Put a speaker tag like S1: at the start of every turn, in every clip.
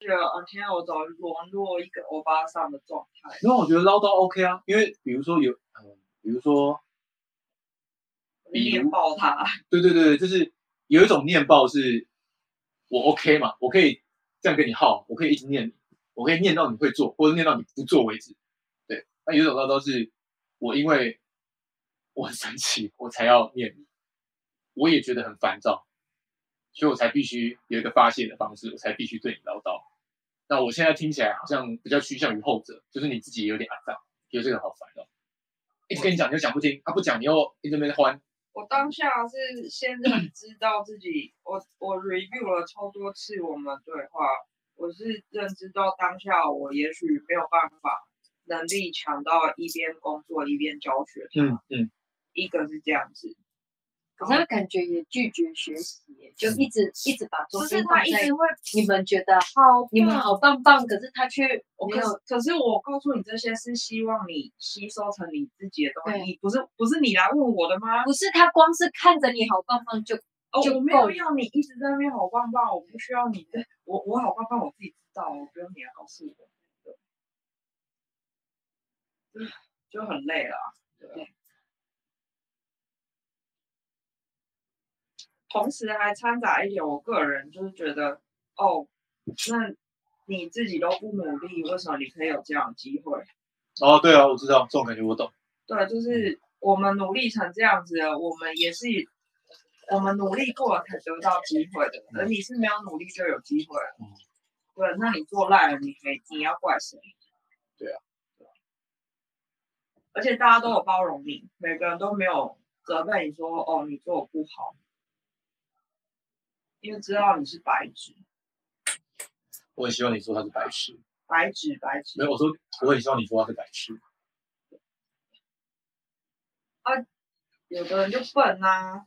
S1: 觉得，嗯，天啊，我早就沦落一个欧巴桑的状态。
S2: 然后我觉得唠叨 OK 啊，因为比如说有，嗯，比如说，
S1: 你脸爆他，
S2: 对对对，就是有一种念报是，我 OK 嘛，我可以这样跟你耗，我可以一直念你，我可以念到你会做，或者念到你不做为止。对，那有一种唠叨是，我因为我很生气，我才要念你，我也觉得很烦躁，所以我才必须有一个发泄的方式，我才必须对你唠叨。那我现在听起来好像比较趋向于后者，就是你自己也有点阿脏，觉得这个人好烦哦，一直跟你讲你又讲不听，他、不讲你又一直没欢，
S1: 我当下是先认知到自己，我我 review 了超多次我们的对话，我是认知到当下我也许没有办法能力强到一边工作一边教学他，
S2: 嗯嗯，
S1: 一个是这样子，
S3: 可是他感觉也拒绝学习耶，就一直一直把
S1: 就
S3: 重
S1: 是
S3: 心
S1: 他
S3: 放
S1: 一
S3: 在
S1: 直会
S3: 你们觉得
S1: 好
S3: 你们好棒棒，可是他却
S1: 我
S3: 没
S1: 可
S3: 有
S1: 是可是我告诉你这些是希望你吸收成你自己的东西，
S3: 对
S1: 你不是不是你来问我的吗？
S3: 不是他光是看着你好棒棒就
S1: 哦，
S3: 就
S1: 我没有
S3: 够
S1: 要你一直在那边好棒棒，我不需要你的，我我好棒棒我自己知道，我不用你来告诉我，对唉就很累了啊。对同时还掺杂一点，我个人就是觉得，哦，那你自己都不努力，为什么你可以有这样的机会？
S2: 哦，对啊，我知道这种感觉我懂，
S1: 对，就是
S2: 嗯
S1: 我们努力成这样子了，我们也是我们努力过了才得到机会的，而你是没有努力就有机会了
S2: 嗯。
S1: 对，那你做烂了，你没你要怪谁？
S2: 对
S1: 啊，而且大家都有包容你，每个人都没有责备你说哦你做的不好，因为知道你是白纸，
S2: 我很希望你说他是白痴，
S1: 白纸白纸
S2: 没。有，我说我很希望你说他是白痴，
S1: 有的人就笨呐、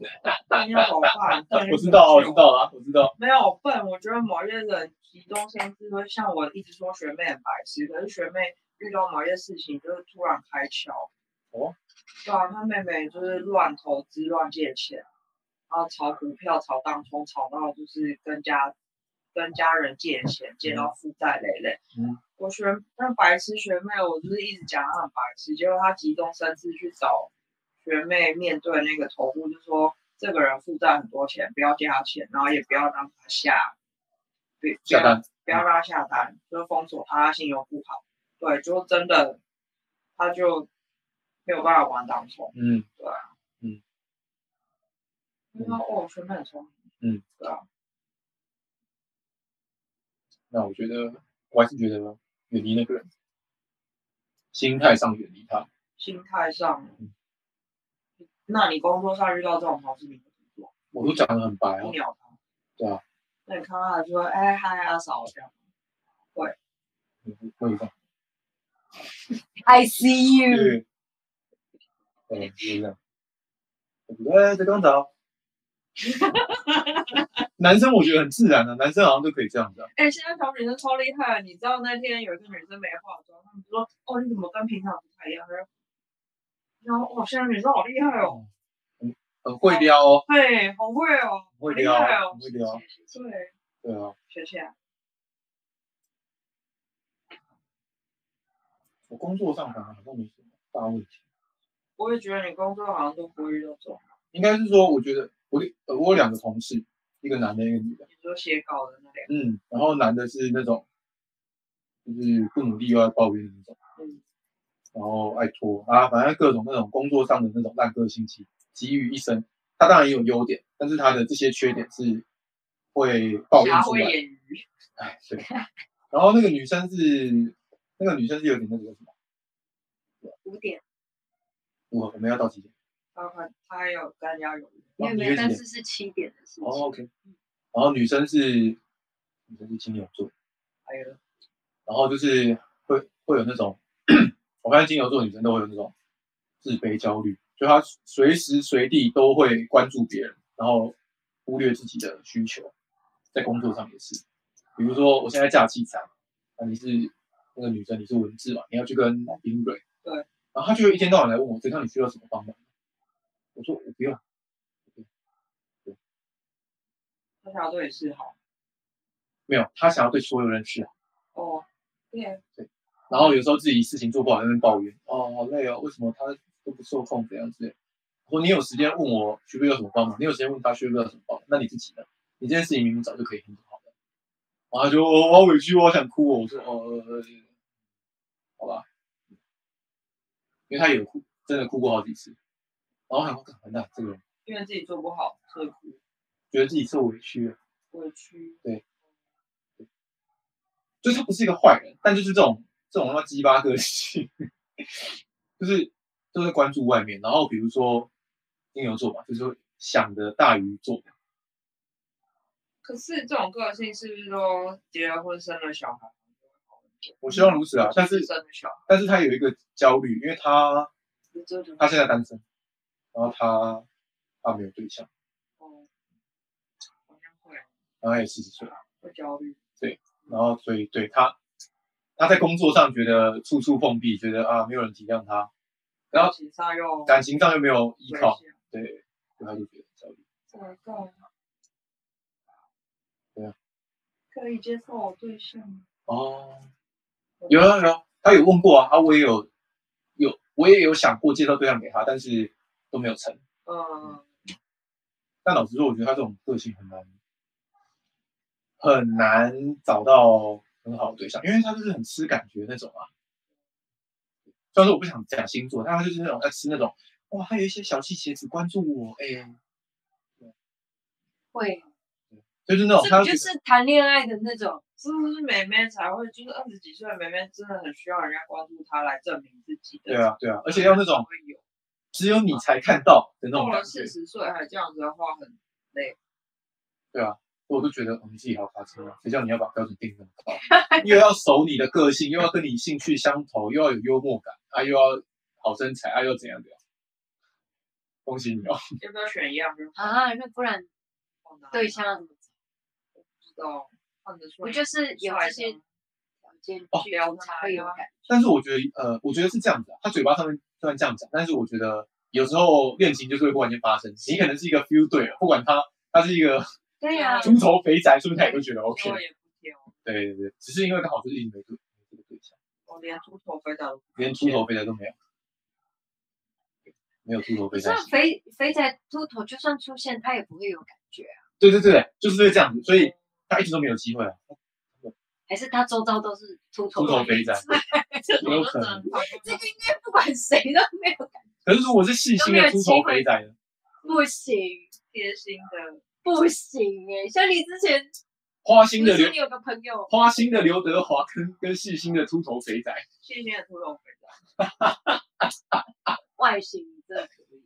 S1: 笨要好 办，笨
S2: 我
S1: 又
S2: 知道，
S1: 不
S2: 我
S1: 会
S2: 知道啊，我知道，
S1: 没有笨，我觉得某些人急中生智，会像我一直说学妹很白痴，可是学妹遇到某些事情就是突然开窍。
S2: 哦。
S1: 对啊，她妹妹就是乱投资、乱借钱，然后炒股票、炒当冲，炒到就是跟家跟家人借钱，借到负债累累。
S2: 嗯。
S1: 我学那白痴学妹，我就是一直讲她很白痴，结果她急中生智去找学妹面对那个头部，就说这个人负债很多钱，不要借他钱，然后也不要让他下，不不
S2: 下
S1: 要
S2: 单
S1: 不要让他下单，就是封锁他，他信用不好，对，就真的他就没有办法玩当冲。
S2: 嗯，
S1: 因为哦，学妹很聪明，
S2: 嗯，
S1: 对啊，
S2: 那我觉得我还是觉得远离那个人，心态上远离他，
S1: 心态上
S2: 嗯，
S1: 那你工作上遇到这种同事，你会怎么做？
S2: 我都讲的很白啊
S1: 不，鸟他？
S2: 对啊。
S1: 那你看到他就说，哎嗨阿嫂这样，
S2: 我嗯我也这样
S3: I see
S2: 对对，
S3: you，
S2: 对就是这样。哎，在刚找。 男生我觉得很自然啊，男生好像都可以这样子、啊。
S1: 哎、现在小女生超厉害，你知道那天有一个女生没化妆，他们就说，哦你怎么跟平常不太一样？她说，然后哇，现在女生好厉害哦，
S2: 很会撩哦，
S1: 嘿，好会哦，
S2: 很会
S1: 好厉
S2: 撩，
S1: 害哦
S2: 很，会撩。
S1: 对，
S2: 对啊，
S1: 学起来，
S2: 我工作上反而好像没什么大问题。
S1: 我也觉得你工作好像都不会遇到这种，
S2: 应该是说，我觉得我呃我有两个同事，一个男的，一个女的。
S1: 你说写稿的那两
S2: 嗯，然后男的是那种就是不努力又爱抱怨的那种，
S1: 个，嗯，
S2: 然后爱拖啊，反正各种那种工作上的那种烂个性集集于一身。他当然也有优点，但是他的这些缺点是会抱怨
S1: 瑕
S2: 出
S1: 会
S2: 来。
S1: 演鱼，
S2: 哎，对。然后那个女生是那个女生是有点那个什么，
S3: 五点
S2: 我我们要到 几点？
S1: 他还他还有干家有鱼，
S3: 没
S2: 哦
S3: 有
S2: 你
S3: 没
S2: 约
S3: 有，
S2: 几
S3: 但
S2: 点？
S3: 是是七点的事情。
S2: 哦，OK。然后女生是女生是金牛座，
S1: 还有
S2: 然后就是会会有那种， 我发现金牛座的女生都会有那种自卑焦虑，就她随时随地都会关注别人，然后忽略自己的需求，在工作上也是。比如说我现在架器材，那你是那个女生，你是文字嘛，你要去跟来宾蕊，
S1: 对，
S2: 然后她就会一天到晚来问我，这趟你需要什么帮忙？我说我不用，
S1: 他条对你示好，
S2: 没有，他想要对所有人示好，
S1: 哦，对，
S2: 然后有时候自己事情做不好，在那边抱怨，哦，好累哦，为什么他都不受控这样子？我说你有时间问我学费要怎么帮忙，你有时间问他学费要怎么帮忙，那你自己呢？你这件事情明明早就可以很好了，然后他就我、哦、我好委屈，我好想哭哦，我说哦，呃呃好吧，因为他有哭，真的哭过好几次，然后我想说，干完蛋，这个人
S1: 因为自己做不好，所以哭
S2: 觉得自己受委屈了。
S1: 委屈。
S2: 就是他不是一个坏人，但就是这种这种他妈鸡巴个性， 就是都在关注外面。然后比如说金牛座嘛，就是说想的大于做的，
S1: 可是这种个性是不是都结了婚生了小孩？
S2: 我希望如此啊。但是
S1: 生了小孩，
S2: 但是他有一个焦虑，因为他
S1: 这种
S2: 他现在单身，然后他他没有对象，
S1: 哦，好像会
S2: 然后他也四十岁，
S1: 会焦虑。
S2: 然后所以对他他在工作上觉得处处碰壁，觉得啊没有人体谅他，然后
S1: 情上又
S2: 感情上又没有依
S1: 危
S2: 靠，
S1: 险
S2: 对，所以他就觉得焦虑。
S1: 这么干嘛
S2: 对啊。
S1: 可以接受我对象吗？
S2: 哦，有啊有啊，他有问过啊，啊我也有有我也有想过介绍对象给他，但是都没有成。
S1: 嗯，
S2: 但老实说，我觉得他这种个性很难很难找到很好的对象，因为他就是很吃感觉那种啊。虽然说我不想讲星座，但他就是那种在吃那种哇，他有一些小细节只关注我，哎、
S3: 会，
S2: 就是那种哦
S3: 这
S2: 他
S3: 不
S2: 觉得
S3: 就是谈恋爱的那种？
S1: 是不是妹妹才会？就是二十几岁的妹妹真的很需要人家关注她来证明自己的。
S2: 对啊对啊，而且要那
S1: 才
S2: 种
S1: 会有。
S2: 只有你才看到的那
S1: 过
S2: 种
S1: 了
S2: 感觉
S1: 四，十岁还这样子的话，很
S2: 我都觉得我们自己好发车啊，谁叫你要把标准定那么高？ 又要熟你的个性，又要跟你兴趣相投，又要有幽默感啊，又要好身材啊，又要怎样怎样？恭喜你哦！
S1: 要不要选一样就
S3: 啊，那不然
S1: 好难。
S3: 对，象要怎么找？
S1: 不知道看得出
S3: 不
S1: 来。
S3: 就是有这些条件
S2: 哦
S3: 去聊才会有感？
S2: 但是我觉得，呃，我觉得是这样子啊。他嘴巴上面虽然这样讲，但是我觉得有时候恋情就是会忽然间发生。你可能是一个 feel 对了，不管他他是一个
S3: 对啊呀、
S2: 猪头肥宅，说不定他也会 觉得 OK
S1: 说。也不甜，
S2: 对对对，只是因为刚好就是一直没对没这个对象，
S1: 我连猪头肥皂都不
S2: 连猪头肥宅都没有，没有猪头肥
S3: 可是
S2: 宅。
S3: 肥肥仔秃头就算出现，他也不会有感觉啊，
S2: 对对对，就是这个这样子，所以他一直都没有机会啊，
S3: 还是他周遭都是秃头？
S2: 秃头肥宅。有可能
S3: 这个应该不管谁都没有感
S2: 可是如果是细心的秃头肥宅呢？
S3: 不行
S1: 贴心的，
S3: 不行哎、像你之前
S2: 花
S3: 不
S2: 心的
S3: 是
S2: 刘
S3: 说你有个朋友，
S2: 花心的刘德华跟跟细心的秃头肥宅，
S1: 谢谢的猪头肥皂，
S3: 外形真的可以，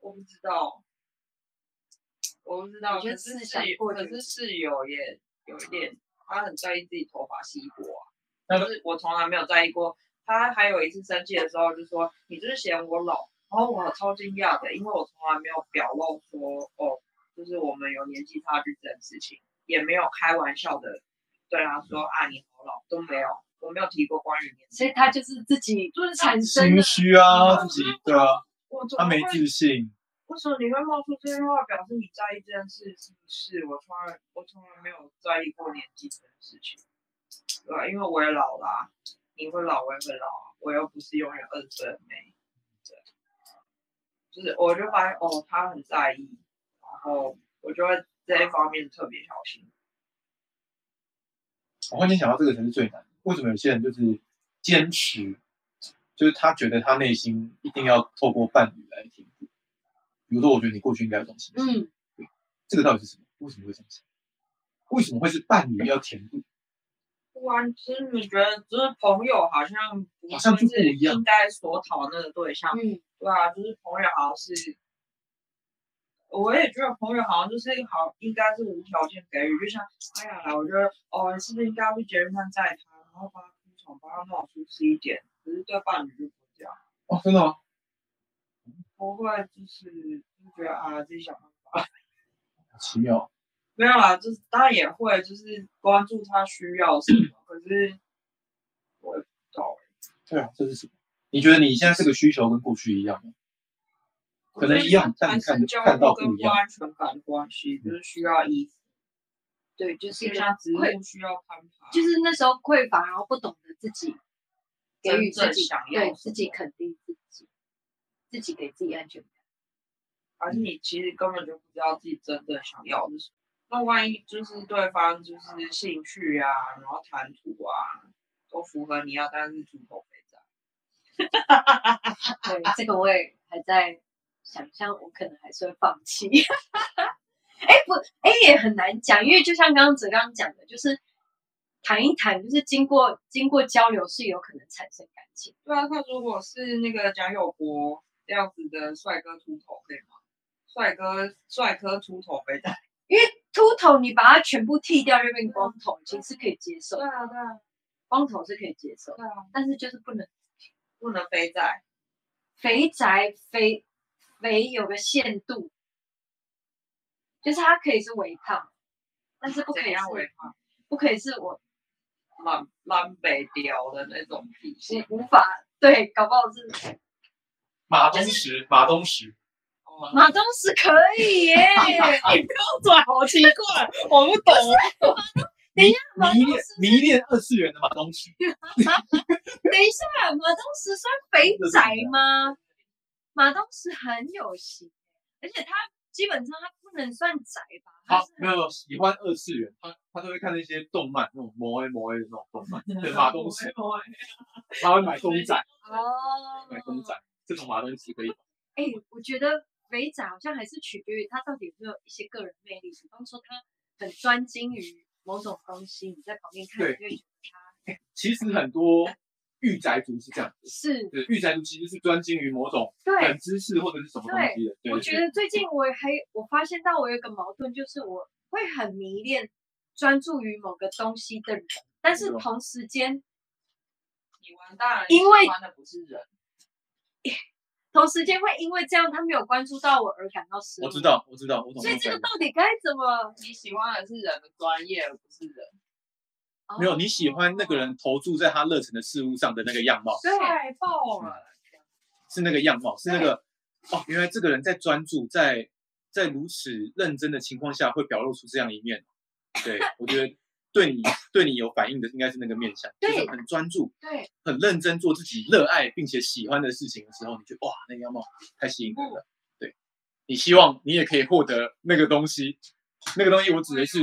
S1: 我不知道，我不知道。
S3: 我觉得
S1: 可是
S3: 思想
S1: 室友
S3: 过
S1: 可
S3: 觉
S1: 是室友也有一点，他很在意自己头发稀薄
S2: 那
S1: 啊，就是我从来没有在意过。他还有一次生气的时候就说：“你就是嫌我老。”然后我超惊讶的，因为我从来没有表露说哦，就是我们有年纪差距这件事情，也没有开玩笑的对他说啊你好老都没有，我没有提过关于年纪。
S3: 所以他就是自己就是产生
S2: 心
S3: 的。
S2: 虚啊，自己对啊，
S1: 我怎
S2: 他
S1: 么
S2: 没
S1: 会
S2: 自信，
S1: 为什么你会冒出这些话，表示你在意这件事是不是？我从来我从来没有在意过年纪这件事情，对啊吧、因为我也老啦、你会老，我也会老啊，我又不是永远二十岁的妹，对，就是我就发现哦，他很在意，然后我就会这一方面特别小心。
S2: 我忽然间想到这个才是最难。为什么有些人就是坚持，就是他觉得他内心一定要透过伴侣来填补。比如说，我觉得你过去应该有这种情绪，
S3: 嗯，
S2: 这个到底是什么？为什么会这样想？为什么会是伴侣要填补？
S1: 不然就是你觉得，就是朋友好像
S2: 好像就不
S1: 是
S2: 一样
S1: 应该所讨论的对象，
S3: 嗯，
S1: 对啊，就是朋友好像是，我也觉得朋友好像就是好，应该是无条件给予，就像哎呀，我觉得哦，是不是应该要去捷运站载他，然后帮他铺床，帮他弄舒适一点？可是对伴侣就不这样，
S2: 哦，真的吗？
S1: 不会就是就觉得啊自己想办法，
S2: 好奇妙哦。
S1: 没有啦，就是当然也会就是关注他需要什么，可是我也不知道欸
S2: 对啊，这是什么？你觉得你现在这个需求跟过去一样吗？可能一样但
S1: 还
S2: 你看
S1: 是
S2: 得
S1: 交
S2: 看到
S1: 互
S2: 不
S1: 跟
S2: 一
S1: 不
S2: 样
S1: 安全感的关系，就是需要依附。
S3: 对，就是一
S1: 就
S3: 个
S1: 像植
S3: 匮，
S1: 物需要攀爬，
S3: 就是那时候匮乏，然后不懂得自己给予
S1: 真
S3: 自
S1: 正
S3: 己
S1: 想，要
S3: 对
S1: 什
S3: 自己肯定自己，自己给自己安全感。
S1: 还是你其实根本就不知道自己真正想要的是什么。那万一就是对方就是兴趣啊，然后谈吐啊，都符合你要，但是足够肥宅，
S3: 对，这个我也还在想象，我可能还是会放弃。 哎、不，哎、也很难讲，因为就像刚刚哲刚讲的，就是谈一谈，就是经过经过交流是有可能产生感情。
S1: 对啊，那如果是那个蒋友柏这样子的帅哥秃头可以吗？帅哥帅哥秃头肥宅，
S3: 秃头你把它全部剃掉就变光头，其实是可以接受
S1: 对，啊对啊
S3: 光头是可以接受，
S1: 对啊，
S3: 但是就是不能
S1: 不能肥宅，
S3: 肥宅肥肥有个限度，就是它可以是微胖，但是不可
S1: 怎
S3: 以
S1: 样为
S3: 是
S1: 胖？
S3: 不可以是我
S1: 蛮蛮北屌的那种脾
S3: 我
S1: 气，
S3: 无法对，搞不好是
S4: 马东石，马东石，
S1: 哦，
S3: 马东石可以 耶。
S5: 转好奇怪，我不懂。
S3: 马
S2: 迷
S3: 东
S2: 恋
S3: 石
S2: 迷恋二次元的马东石，
S3: 等一下，马东石算肥宅吗？马东石很有型，而且他基本上他不能算宅吧？他
S2: 他
S3: 是
S2: 没有没有喜欢二次元，他他都会看那些动漫，那种魔 A 魔 A 的那种动漫，
S3: 嗯
S2: 对马东石，他会买公仔，
S3: 哦，
S2: 买公仔，这种马东石可以。
S3: 哎、我觉得肥仔好像还是取决于他到底有没有一些个人魅力，比方说他很专精于某种东西，你在旁边看，
S2: 对
S3: 你就会觉得他
S2: 其实很多御宅族是这样子，
S3: 是
S2: 对，御宅族其实是专精于某种
S3: 对
S2: 冷。知识或者是什么东西的。对，
S3: 我
S2: 对嗯
S3: 觉得最近我还我发现到我有一个矛盾，就是我会很迷恋专注于某个东西的人，但是
S2: 是哦
S3: 同时间
S1: 你完蛋了，
S3: 因为
S1: 你喜欢的不是人，
S3: 同时间会因为这样他没有关注到我而感到失
S2: 对
S3: 落。
S2: 我知。道，我知道，我懂
S3: 所以
S2: 那种
S3: 这个
S2: 感觉。
S3: 到底该怎么？
S1: 你喜欢的是人的专业，而不是人。
S2: 没有你喜欢那个
S3: 哦。
S2: 人投注在他热忱的事物上的那个样貌，
S3: 对
S1: 太爆了！
S2: 是那个样貌，是那个哦，原来这个人在专注，在在如此认真的情况下，会表露出这样一面。对，我觉得对你对你有反应的应该是那个面相，就
S3: 对
S2: 是很专注、
S3: 对，
S2: 很认真做自己热爱并且喜欢的事情的时候，你觉得哇，那个样貌太吸
S1: 嗯
S2: 引人了。对，你希望你也可以获得那个东西，那个东西我指的是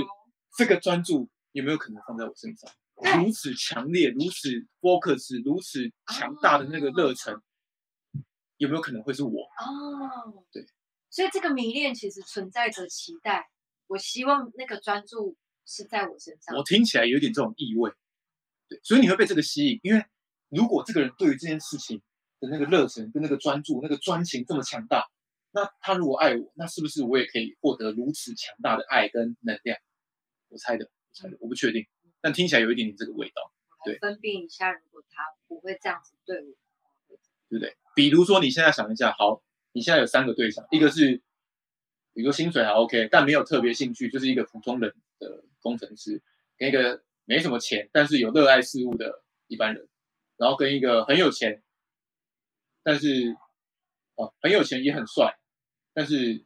S2: 这个专注有没有可能放在我身上？
S3: 对
S2: 如此强烈，如此 focus，如此强大的那个热忱，有没有可能会是我？
S3: 哦，
S2: 对，
S3: 所以这个迷恋其实存在着期待，我希望那个专注是在我身上。
S2: 我听起来有点这种意味，对，所以你会被这个吸引，因为如果这个人对于这件事情的那个热忱跟那个专注、那个专情这么强大，那他如果爱我，那是不是我也可以获得如此强大的爱跟能量？我猜的，我猜的，我不确定，但听起来有一点点这个味道。
S3: 来
S2: 对
S3: 分辨一下，如果他不会这样子对我，
S2: 比如说你现在想一下，好，你现在有三个对象，一个是比如说薪水还 OK，但没有特别兴趣，就是一个普通人的工程师，跟一个没什么钱，但是有热爱事物的一般人，然后跟一个很有钱，但是哦很有钱也很帅，但是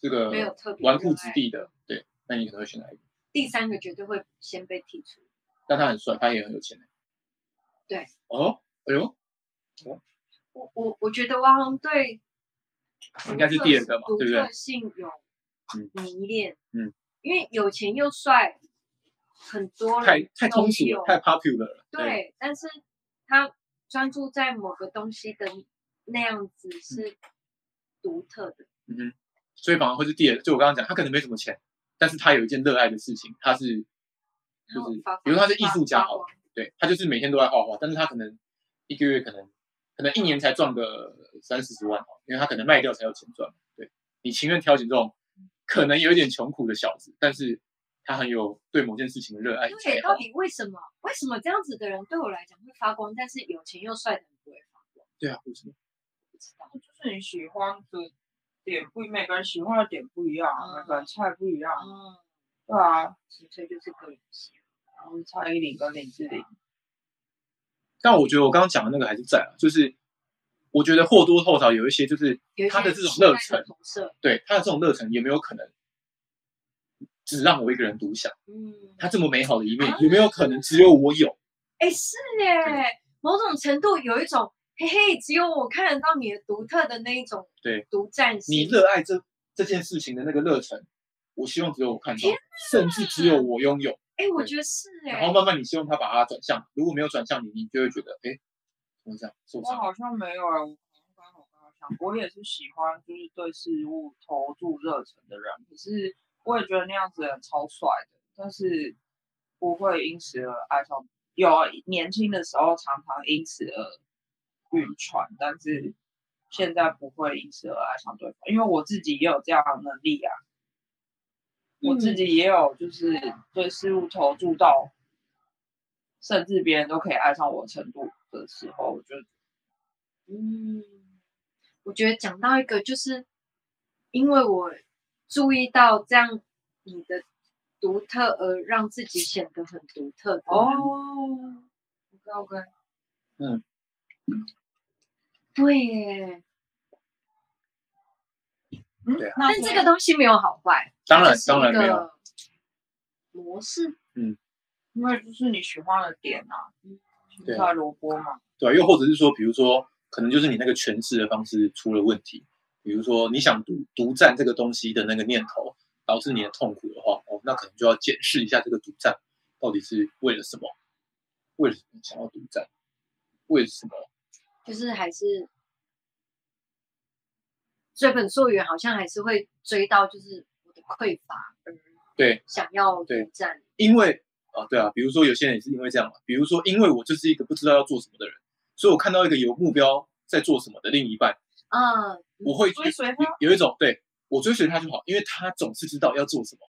S2: 这个
S3: 没有特别
S2: 纨
S3: 热
S2: 绔子
S3: 爱
S2: 弟的，对，那你可能会选哪一个？
S3: 第三个绝对会先被剔除。
S2: 但他很帅，他也很有钱
S3: 对。
S2: 哦，哎呦，
S3: 我我我觉得汪红对
S2: 应该是第二个嘛
S3: 独
S2: 对不对
S3: 特性有
S2: 嗯
S3: 迷恋，
S2: 嗯，
S3: 因为有钱又帅，很多
S2: 太
S3: 人
S2: 太
S3: 都
S2: 通俗了
S3: 有，
S2: 太 popular 了。
S3: 哦对，但是他专注在某个东西的那样子
S2: 嗯
S3: 是独特的，
S2: 所以反而会是第二。就我刚刚讲，他可能没什么钱，但是他有一件热爱的事情，他是
S3: 然
S2: 就
S3: 后
S2: 是
S3: 发
S2: 比如他是艺术家哦
S3: 发
S2: 好了
S3: 光
S2: 对他就是每天都在画画，但是他可能一个月可能可能一年才赚个三四十万哦，因为他可能卖掉才有钱赚。对你情愿挑选这种可能有一点穷苦的小子，但是他很有对某件事情的热爱
S3: 对，
S2: 才
S3: 到
S2: 好。
S3: 底为什么？为什么这样子的人对我来讲会发光，但是有钱又帅的人不会发光？
S2: 对啊，为什么？
S3: 不知道。
S1: 就是你喜欢的点不，每个人喜欢的点不一样啊，每个人菜不一样啊。
S3: 哦，
S1: 对啊，
S3: 纯粹就是个人喜好。
S1: 然后蔡依林跟林志玲，
S2: 但我觉得我刚刚讲的那个还是在啊，就是我觉得或多或少有一些就是
S3: 有一
S2: 他
S3: 些
S2: 的这种
S3: 期待
S2: 热
S3: 的
S2: 忱，
S3: 投射，
S2: 对他的这种热忱也没有可能只让我一个人独享？
S3: 嗯，
S2: 它这么美好的一面，
S3: 啊
S2: 有没有可能只有我有？
S3: 哎，是耶，某种程度有一种，嘿嘿，只有我看得到你的独特的那一种，
S2: 对，
S3: 独占
S2: 你
S3: 性。
S2: 热爱这这件事情的那个热忱，我希望只有我看到
S3: 天，
S2: 甚至只有我拥有。
S3: 哎，我觉得是
S2: 然后
S3: 哎，
S2: 慢慢你希望他把它转向，如果没有转向你，你就会觉得，哎，怎么这样受
S1: 我
S2: 伤？
S1: 好像没有哎、我刚好跟他讲，我也是喜欢就是对事物投注热忱的人，可是我也觉得那样子的人超帅的，但是不会因此而爱上。有啊年轻的时候常常因此而晕船，但是现在不会因此而爱上对方，因为我自己也有这样的能力啊。我自己也有，就是对事物投注到，甚至别人都可以爱上我的程度的时候，我就
S3: 嗯，我觉得讲到一个，就是因为我注意到这样你的独特，而让自己显得很独特的人
S1: 哦，OK OK，
S2: 嗯
S3: 对耶，
S1: 嗯
S2: 对啊，
S1: 那
S3: 但这个东西没有好坏，
S2: 当然
S3: 它是一
S2: 当然没有
S3: 个模式。
S1: 因为就是你喜欢的点啊，
S3: 嗯
S1: 青
S2: 对
S1: 菜萝卜嘛，
S2: 对、啊，又或者是说，比如说，可能就是你那个诠释的方式出了问题，比如说你想独独占这个东西的那个念头，导致你的痛苦的话，哦，那可能就要检视一下这个独占到底是为了什么，为了什么想要独占，为什么？
S3: 就是还是追本溯源，好像还是会追到就是我的匮乏，
S2: 对，
S3: 想要
S2: 对
S3: 独占。
S2: 因为啊，对啊，比如说有些人也是因为这样嘛，比如说因为我就是一个不知道要做什么的人，所以我看到一个有目标在做什么的另一半，
S3: 嗯，
S2: 我会
S1: 追随他
S2: 有有一种对我追随他就好，因为他总是知道要做什么，